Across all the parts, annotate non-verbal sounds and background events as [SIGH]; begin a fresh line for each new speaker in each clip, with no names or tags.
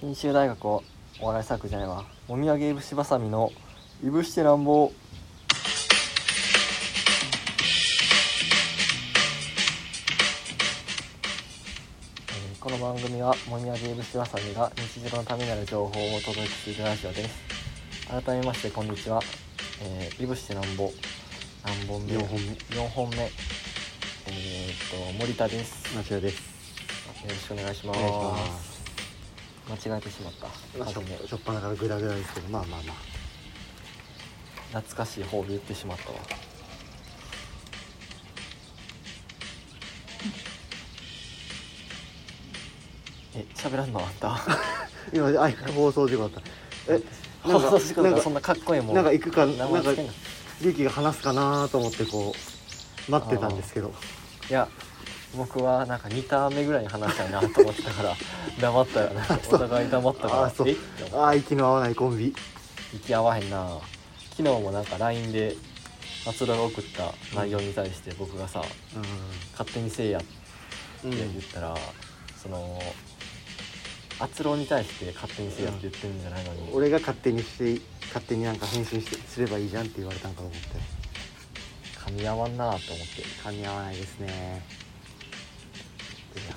信州大学をお笑いサークルじゃないわお土産いぶしばさみのいぶしてなんぼえーこの番組はもみあげいぶしばさみが日常のためになる情報をお届けするラジオです改めましてこんにちは、えー、いぶしてなんぼ何本目
4本目
4本目えー、っと森田ですよ
マチュです
ろしくお願いしま
お
す
願いします
間違えてしまった
まあしょ
初め
しょっぱなからグダグダですけどまあまあまあ
懐かしい方で言ってしまったわえ喋らんのあん
[LAUGHS]
た
今あ放送事故だったえなんか
放送事故と
なん
か
か
そんなかっこいいもん
なんか行くか
名
なん
前
か
つけんない
リキが話すかなと思ってこう待ってたんですけど
いや僕はなんか2ターン目ぐらいに話したいなと思ってた
[LAUGHS]
から黙ったよなお互い黙ったから
あーそう
えって思って
ああ息の合わないコンビ
行き合わへんな昨日もなんか LINE で松田が送った内容に対して僕がさ、勝手にせいやって
うん、う
っ
ん
て言ったら、その圧論に対して勝手にせえやって言ってるんじゃないのに、
俺が勝手にして勝手になんか返信してすればいいじゃんって言われたんかと思って
噛み合わんなと思って
噛み合わないですね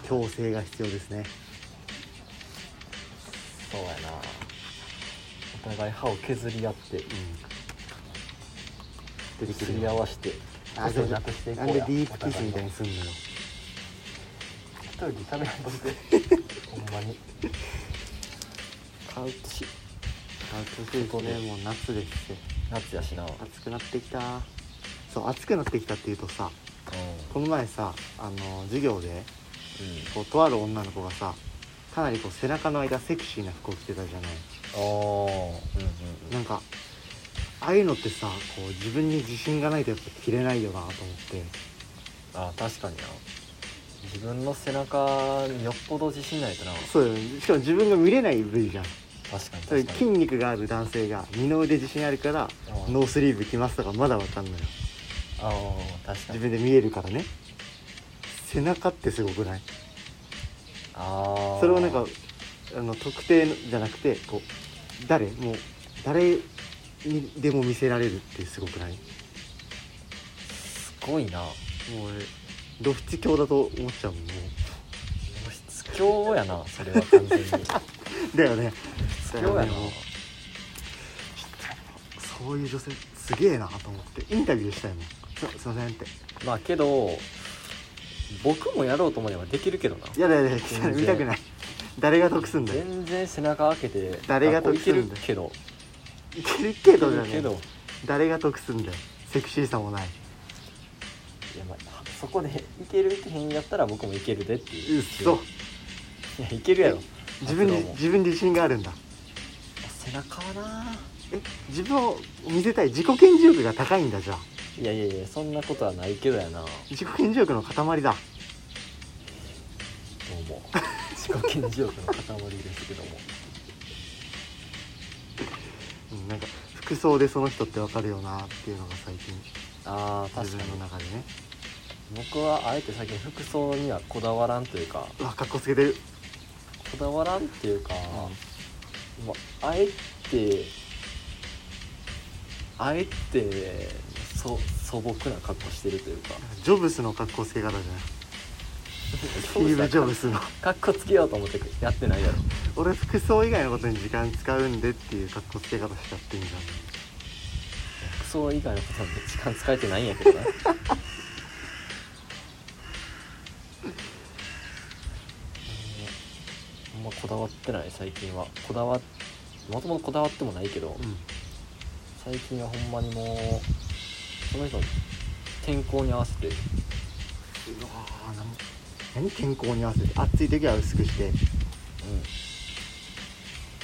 強制が必要ですね
そうやなお互い歯を削り合って
出てく
す
る
り合わせて
あ
個
そう
性
な
なんく
で
して
デ
いこうや
ィープキスみたいに
お
すんのよ
互いの一人で食べ
[LAUGHS]
ないとってほんまに買うし
暑いとねもう夏ですよ
夏やしなうん
暑くなってきたそう暑くなってきたっていうとさこの前さあの授業でこうとある女の子がさかなりこう背中の間セクシーな服を着てたじゃない
おーうんうんうん
なんかああいうのってさこう自分に自信がないとやっぱ着れないよなと思って
あー確かにな自分の背中によっぽど自信ないとな
そうよねしかも自分が見れない部位じゃん
確かに
そう
確
いう
か
筋
に
肉がある男性が二の腕自信あるから
うん
ノースリーブ着ますとかまだわかんないよ
ああ確か
自
に
分で見えるからね背中ってすごくない
ああ
それをなんかあの特定のじゃなくてこう誰もう誰にでも見せられるってすごくないも
すごいな
う俺露出狂だと思っちゃうもんも
室教やなそれは完
[LAUGHS]
全に
うだよね
室教やな
もうそういう女性すげえなと思ってインタビューしたいもんすすいませんって
まあけど僕もやろうと思えばできるけどな
やだやだや
全
だ
然
見たくない誰が得すんだよ
全然背中開けて
誰が
あこうい
得す
け
る
る
んだよ
けど
いけるけ
いけ
どじゃ
る
ね
けどい
誰が得すんだよセクシーさもない
やまあそこでいけるいけへんやったら僕もいけるでっていうう
っそ
いやいけるやろ
自分に
活動も
自分に自信があるんだ
背中はな
え自分を見せたい自己顕示欲が高いんだじゃあ
いやいやいやそんなことはないけどやなど
自己顕示欲の塊だ
う
[LAUGHS]
も自己顕示欲の塊ですけども
うんなんか服装でその人ってわかるよなっていうのが最近
ああ
自
確か
分の
に
中でね
僕はあえて最近服装にはこだわらんというか
うわかっこつけてる
こだわらんっていうか、
う
もうあえてあえてそ素朴な格好してるというか
んジョブスのかっこつけ方じゃないスティーブ・ジョブスの [LAUGHS]
格好つけようと思ってやってないやろ
俺服装以外のことに時間使うんでっていうかっこつけ方しちゃってんじ
服装以外のことなんて時間使えてないんやけどな [LAUGHS] あんまこだわってない最近はこだわもともとこだわってもないけど、
ゃん、うん、
最近はほんまにもうその人の天候に合わせて
うわーなん何健康に合わせて暑い時は薄くして
うん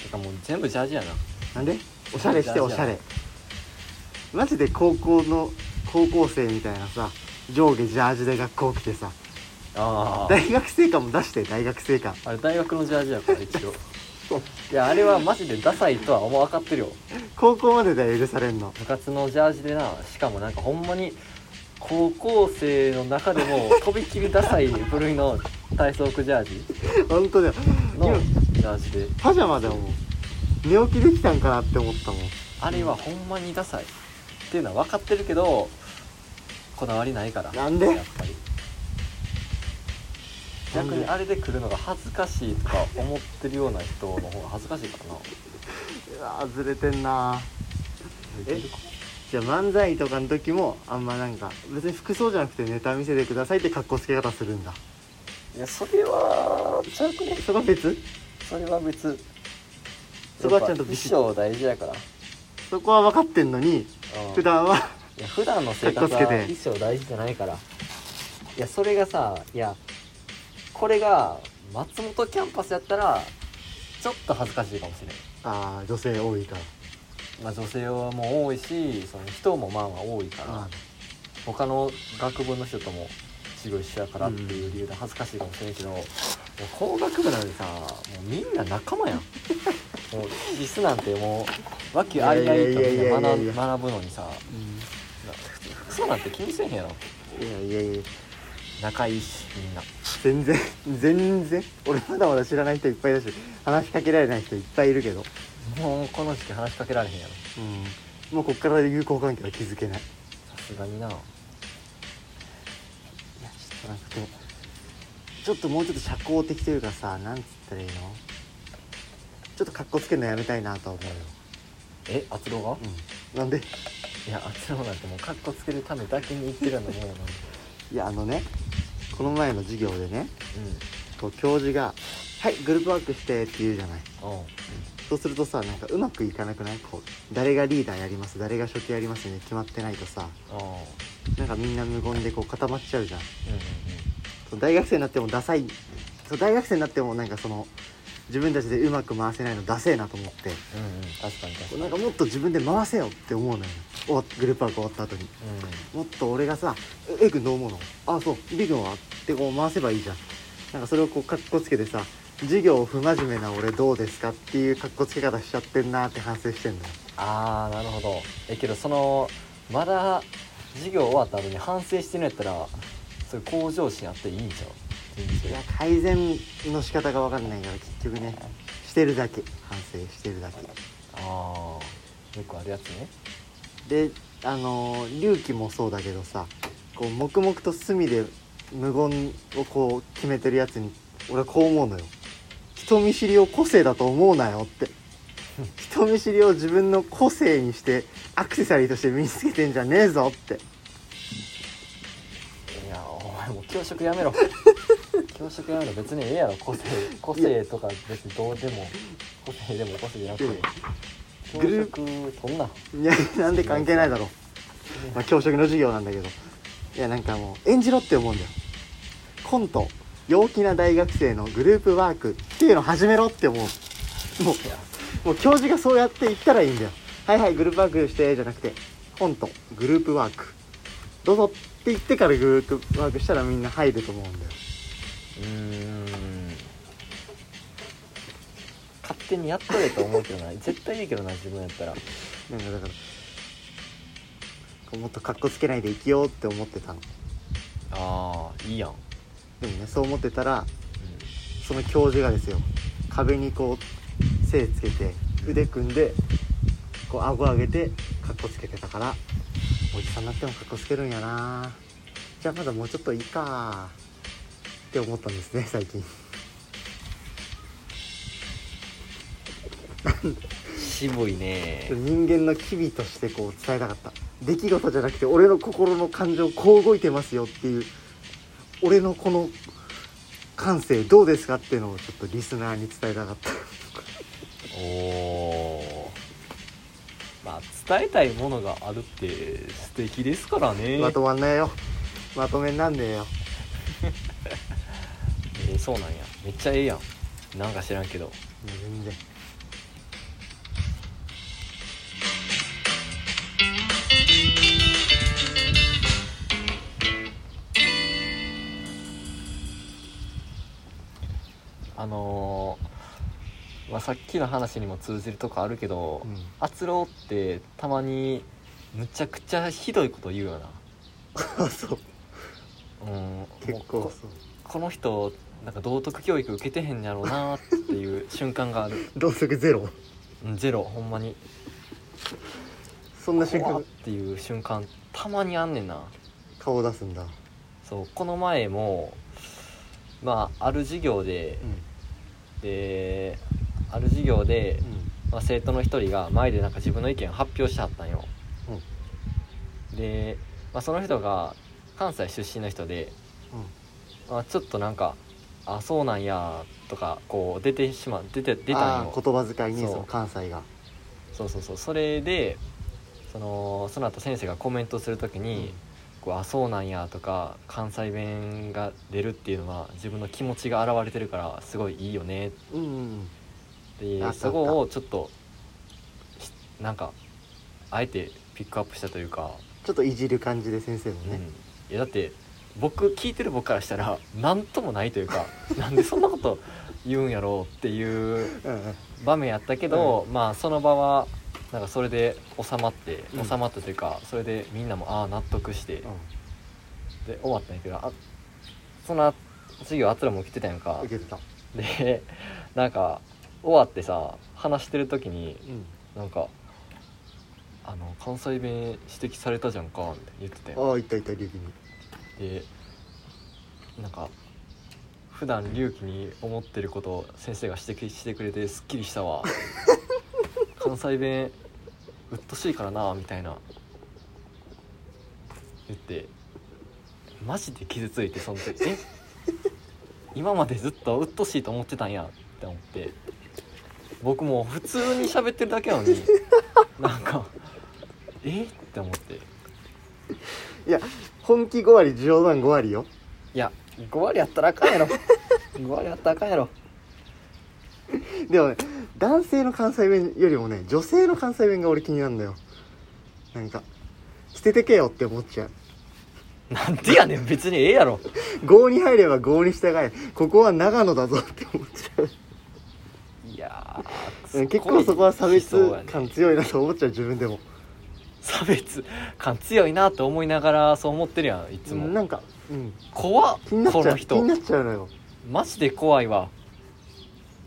てかもう全部ジャージやな
なんでおしゃれしておしゃれマジで高校の高校生みたいなさ上下ジャージで学校来てさ
ああ
大学生感も出して大学生感
あれ大学のジャージやから一応いやあれはマジでダサいとはもう分かってるよ
高校まででは許されんの
部活のジャージでなしかもなんかほんまに高校生の中でもとびきりダサい部類の体操服ジャージ
本当だよ
の
今
ジャージで
パジャマでも寝起きできたんかなって思ったもん
あれはほんまにダサいっていうのは分かってるけどこだわりないから
なんで
やっぱり
な
逆
んで
にあれで来るのが恥ずかしいとか思ってるような人の方が恥ずかしいからな
うわずれてんなえ
できるか
じゃあ漫才とかの時もあんまなんか別に服装じゃなくてネタ見せてくださいって格好つけ方するんだ
いやそれはちゃうくね
そこは別
それは別
そこはちゃ
や
んと
っぱ
ビ
衣
シッ
装大事やから
そこは分かってんのに
うん
普段はい
や普段の生
か
活
っこつ
は
け
衣
て
装大事じゃないからいやそれがさいやこれが松本キャンパスやったらちょっと恥ずかしいかもしれない
ああ女性多いから
まあ女性はもう多いしその人もまあまあ多いから、
あ
他の学部の人とも授業一緒やからっていう理由で恥ずかしいかもしれんけど、もう工学部なんでさもうみんな仲 [LAUGHS] 間やんもう椅子なんてもう和気あいあいとみ
いやいやいやい
ん
や
ない
や
学学ぶのにさな服装なんて気にせんへんやろ
うんいやいやいや
仲いいしみんな
全然全然俺まだまだ知らない人いっぱいだし話しかけられない人いっぱいいるけど
もうこの時期話しかけられへんやろ
うんもうこっから友好関係は築けない
さすがにな
ちょっとなんかでもちょっともうちょっと社交的というかさなんつったらいいのちょっと格好つけるのやめたいなとは思うよ、
え厚郎が、
うん、なんで
いや厚郎なんてもうカッコつけるためだけに言ってるようなもんやのに
いやあのねこの前の授業でねこう教授が「はいグループワークして」って言うじゃない
うんうん
そうするとさなんかうまくいかなくないこう誰がリーダーやります誰が初期やりますね決まってないとさ
うんうん
なんかみんな無言でこう固まっちゃうじゃん
うん
そう大学生になってもダサいそう大学生になってもなんかその自分たちでうまく回せないのダセえなと思って
うんうん確かに確かに
なんかもっと自分で回せよって思うのよ終わっグループワーク終わった後にもっと俺がさ「え A 君どう思うのあそう B 君は?」ってこう回せばいいじゃんなんかそれをこうかっこつけてさ授業不真面目な俺どうですかっていうかっこつけ方しちゃってんなって反省してんのよ
ああなるほどえけどそのまだ授業終わった後に反省してるんやったらそれ向上心あっていいんちゃう全
い
然
や改善の仕方が分かんないから結局ねしてるだけ反省してるだけ
ああよくあるやつね
であのー隆起もそうだけどさこう黙々と隅で無言をこう決めてるやつに俺はこう思うのよ人見知りを個性だと思うなよって [LAUGHS] 人見知りを自分の個性にしてアクセサリーとして身につけてんじゃねえぞって
いやお前もう教職やめろ教職やめろ別にええやろ個性個性とか別にどうでも個性でも個性じゃなくて教
グル
職そんない
やなんで関係ないだろう、まあ、教職の授業なんだけどいやなんかもう演じろって思うんだよコント陽気な大学生のグループワークっていうの始めろって思うもう
いや
もう教授がそうやって言ったらいいんだよはいはいグループワークしてじゃなくてコントグループワークどうぞって言ってからグループワークしたらみんな入ると思うんだよ
うーん勝手にやっとれと思うけどな絶対いいけどな自分やったら
なんかだからこうもっとかっこつけないで生きようって思ってたの
ああいいやん、
でもねそう思ってたらその教授がですよ壁にこう背つけて腕組んでこう顎上げてかっこつけてたからおじさんになってもかっこつけるんやなじゃあまだもうちょっといいかって思ったんですね最近
渋いね
人間の機微としてこう伝えたかった出来事じゃなくて俺の心の感情こう動いてますよっていう俺のこの感性どうですかっていうのをちょっとリスナーに伝えたかった
おおまあ伝えたいものがあるって素敵ですからね、
まとまんないよまとめになんねえよ
えーそうなんやめっちゃええやんなんか知らんけど
全然
あのーまあ、さっきの話にも通じるとこあるけど篤郎、ってたまにむちゃくちゃひどいこと言うよな
[LAUGHS] あそう
うんもう
結構
こ
そう
この人なんか道徳教育受けてへんやろうなっていう瞬間
[LAUGHS]
がある
同足ゼロ
うんゼロほんまに
そんな瞬
うわっ
間
ていう瞬間たまにあんねんな
顔出すんだ、
そうこの前もまあある授業で
うん
である授業で、まあ、生徒の一人が前でなんか自分の意見を発表しはったんよ、で、まあ、その人が関西出身の人で、まあ、ちょっとなんか「あそうなんや」とかこう出てしま出て出たん
あ
よ
ー言葉遣いに
そう
その関西が
そうそうそうそれでそのその後先生がコメントするときに、
うん
こうあそうなんやとか関西弁が出るっていうのは自分の気持ちが表れてるからすごいいいよねっ
うんうん
で
あった
そこをちょっとしなんかあえてピックアップしたというか、
ちょっといじる感じで先生も
うん
ね、
いやだって僕聞いてる僕からしたら何ともないというかなんでそんなこと言うんやろうっていう
うんうん
場面やったけど、まあその場はなんかそれで収まって
うん
収まったというか、それでみんなもああ納得して、で終わったんやけどあその授業あつらも来てたやんか
受けてた、
でなんか終わってさ話してる時に
うん、
なんか「あの関西弁指摘されたじゃんか」みたいな言ってて
ああいったいったリュウキに
でなんか普段隆起に思ってることを先生が指摘してくれてすっきりしたわ関西弁うっとしいからなみたいな言ってマジで傷ついてその時え今までずっとうっとしいと思ってたんやって思って僕もう普通に喋ってるだけなのになんかえって思ってい
いや本気5割冗談5割よ
や5割やったらあか [LAUGHS] んやろ5割やったらあかんやろ
でもね男性の関西弁よりもね女性の関西弁が俺気になるんだよなんか捨ててけよって思っちゃう
なんでやねん別にええやろ
5に入れば5に従えここは長野だぞって思っちゃう
いや
うん結構そこは差別
感、
感強いなと思っちゃう自分でも
差別感強いなと思いながらそう思ってるやんいつ
な
も
んか、うん、
怖っ
気になっ
こ
ちゃ
の
う気に
人
なっちゃうのよ
マジで怖いわ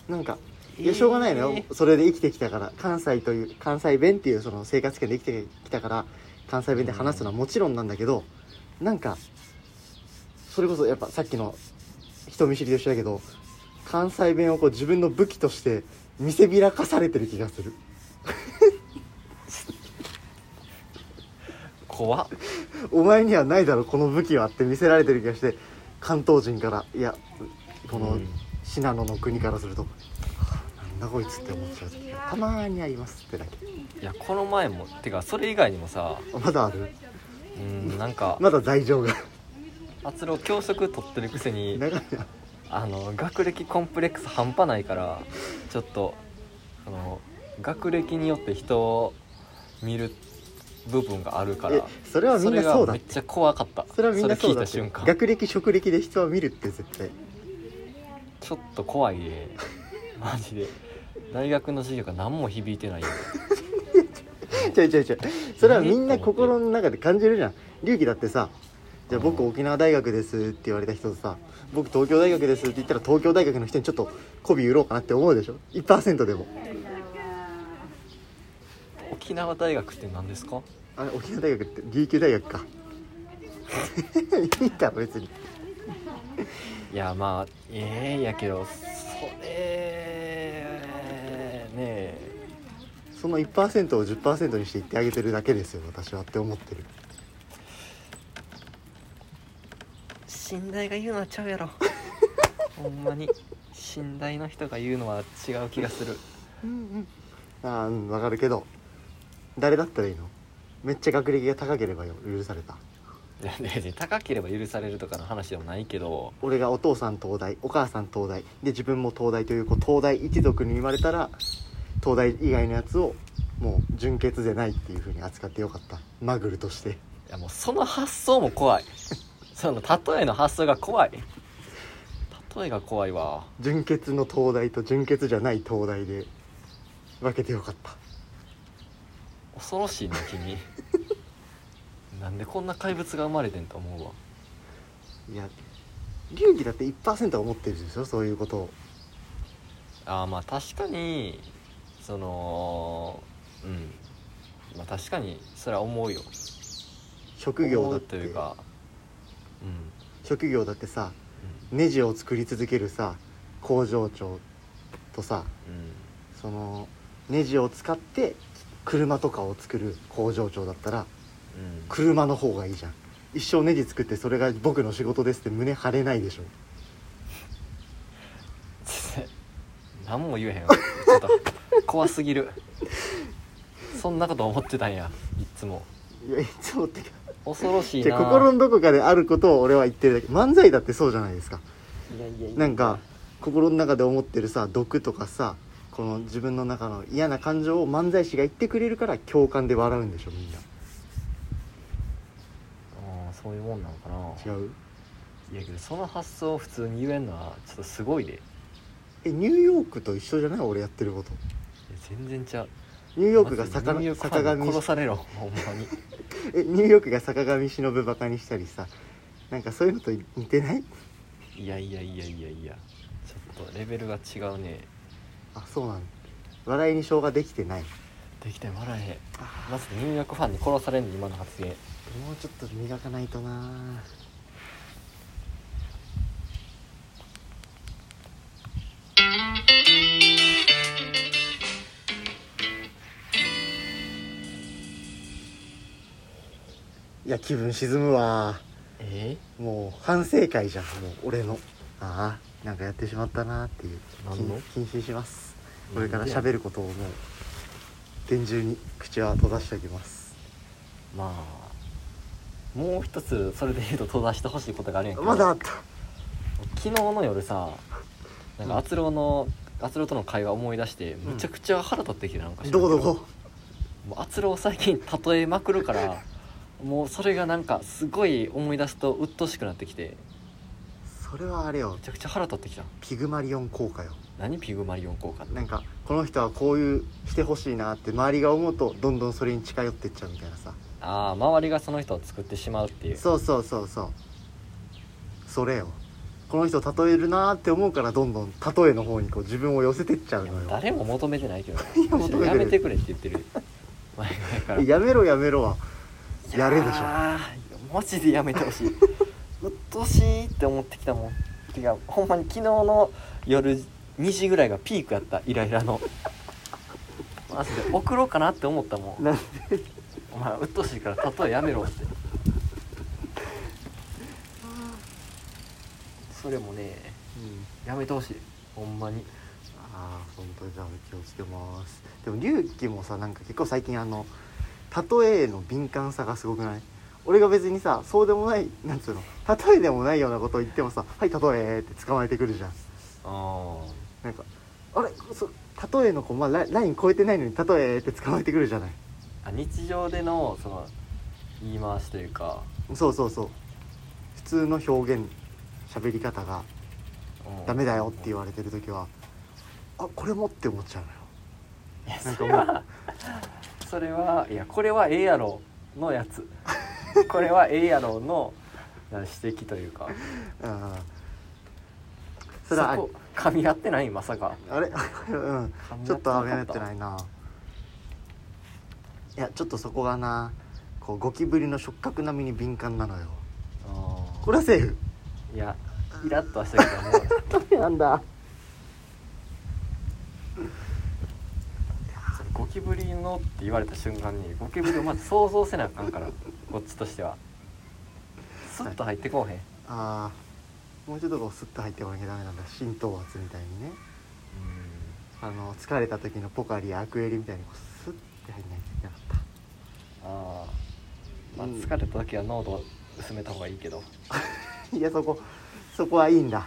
なんかいやしょうがないのよ、
えー
それで生きてきたから関西という関西弁っていうその生活圏で生きてきたから関西弁で話すのはもちろんなんだけど、なんかそれこそやっぱさっきの人見知りと一緒だけど関西弁をこう自分の武器として見せびらかされてる気がする
怖っ
お前にはないだろこの武器はって見せられてる気がして関東人からいやこ
う
の
ん
信濃の国からすると、なんだこいつって思っちゃう時がたまーにありますってだけ
いやこの前もてかそれ以外にもさ
あまだある
うんなんか
まだ罪状が
あつろ教職取ってるくせに
長いな
あの学歴コンプレックス半端ないからちょっとあの学歴によって人を見る部分があるから
えそれはみんな
そ
そ
れが
うだ
めっちゃ怖かった
それはみんな
それ聞い
そうだ
た
って
瞬間
学歴職歴で人は見るって絶対
ちょっと怖いねマジで大学の授業が何も響いてないよ
[LAUGHS] ちょいちょいちょいそれはみんな心の中で感じるじゃん隆起だってさじゃあ僕
うん
沖縄大学ですって言われた人とさ僕東京大学ですって言ったら東京大学の人にちょっと媚び売ろうかなって思うでしょ1%でも
沖縄大学って何ですか
あれ沖縄大学って琉球大学か [LAUGHS] いいだろ別に
いやまあええやけどそれねえ
その1%を10%にして言ってあげてるだけですよ私はって思ってる
信頼が言うのはちゃうやろ [LAUGHS] ほんまに信頼の人が言うのは違う気がする
ああうんわかるけど誰だったらいいのめっちゃ学歴が高ければよ許された
いや別に高ければ許されるとかの話でもないけど
俺がお父さん東大お母さん東大で自分も東大というこう東大一族に生まれたら東大以外のやつをもう純血でないっていう風に扱ってよかったマグルとして
いやもうその発想も怖 [LAUGHS] いその例えの発想が怖い例えが怖いわ
純血の東大と純血じゃない東大で分けてよかった
恐ろしいね君なんでこんな怪物が生まれてんと思うわ
いや流儀だって1%は思ってるでしょそういうことを
あーまあ確かにそのうんまあ確かにそれは思うよ
職業
思
だっ
うと
て
いうかうん
職業だってさネジを作り続けるさ工場長とさ
うんうん
そのネジを使って車とかを作る工場長だったら
うん
車の方がいいじゃん一生ネジ作ってそれが僕の仕事ですって胸張れないでしょ
先生何も言えへんわちょっと怖すぎるそんなこと思ってたんやいっつも
いやいつもってか
恐ろしい
じ
な
ゃあ心のどこかであることを俺は言ってるだけ漫才だってそうじゃないですか
いやいやいや
なんか心の中で思ってるさ毒とかさこの自分の中の嫌な感情を漫才師が言ってくれるから共感で笑うんでしょみんな
あーそういうもんなのかな
違う
いやけどその発想を普通に言えんのはちょっとすごいでいや
えニューヨークと一緒じゃない俺やってること
全然ちゃう
ニューヨークが
マジで
坂
ニューヨ
上
ークファン
坂
に
上
殺されろほんまに
えニューヨークが坂上忍バカにしたりさなんかそういうのと似てない
いやいやいやいやいやちょっとレベルが違うね
あそうなの笑いに障ができてない
できてもらえへん
あ
まずニューヨークファンに殺されんね今の発言
ーもうちょっと磨かないとなーいや気分沈むわ
え
もう反省会じゃんもう俺のああなんかやってしまったなっていう
何の
禁禁止しますこ
なん
れ
でや
から喋ることをもう厳重に口は閉ざしておきます
まあもう一つそれで言うと閉ざしてほしいことがあるんやけど
まだあった
昨日の夜さなんか篤郎の篤郎との会話思い出してむちゃくちゃ腹立ってきてなんか知ら
ど
んけ
こどこ
もう篤郎最近例えまくるからもうそれがなんかすごい思い出すと鬱陶しくなってきて
それはあれよ
めちゃくちゃ腹立ってきた
ピグマリオン効果よ
何ピグマリオン効果って
なんかこの人はこういうしてほしいなって周りが思うとどんどんそれに近寄ってっちゃうみたいなさ
ああ周りがその人を作ってしまうっていう
そうそうそうそうそれよこの人を例えるなーって思うからどんどん例えの方にこう自分を寄せてっちゃうのよ
誰も求めてないけど
いや
むし
求めて
ろ
る
やめてくれって言ってる前々から
やめろやめろはやれでし
い
ょ
やーマジでやめてほしい鬱陶しいって思ってきたもんてかほんまに昨日の夜2時ぐらいがピークやったイライラのマジで送ろうかなって思ったもん
なん
お前鬱陶しいから例えやめろってそれもねやめてほしいほんまに
ああ本当にじゃあ気をつけますでも龍騎もさなんか結構最近あの例えの敏感さがすごくない俺が別にさそうでもないなんつうの例えでもないようなことを言ってもさ「はい例え」って捕まえてくるじゃん
あ
なんか「あれそ例えの子まあラライン超えてないのに例え」って捕まえてくるじゃない
あ日常でのその言い回しというか
そうそうそう普通の表現喋り方が
うん
ダメだよって言われてる時はあこれもって思っちゃうのよ
いや
なん
そ
か
れ
もう
はそれはいやこれはええやろのやつこれはええやろのな指摘というか
あーそ
そ
れはあ
こ噛み合ってないまさか
あれ [LAUGHS] うん
噛み合
ちょっと雨
な
な
か
ってないないやちょっとそこがなこうゴキブリの触覚並みに敏感なのよ
あー
これはセーフ
いやイラッとはしたけども
なんだ
それゴキブリのって言われた瞬間にゴキブリをまず想像せなあかんからこっちとしてはスッと入ってこうへん、
あーもうちょっとこうスッと入ってこなきゃダメなんだ浸透圧みたいにねあの疲れた時のポカリやアクエリみたいにこうスッて入んないといけなかっ
あー、まあ
うん
疲れた時は濃度を薄めた方がいいけど
たいやそこそこはいいんだ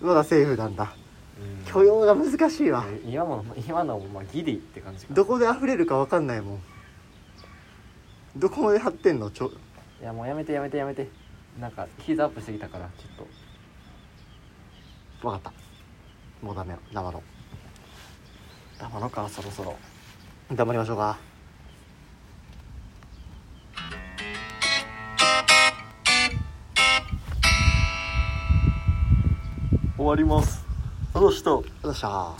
まだセーフなんだ
うん
許容が難しいわ
え今の今のもまあギリって感じかな
どこで溢れるか分かんないもんどこまで張ってんのちょ
いやもうやめてやめてやめてなんかヒートアップしてきたからちょっ
分かったもうダメよ黙ろ
と黙ろうかそろそろ
う黙りましょうか
終わりますどうした
どうした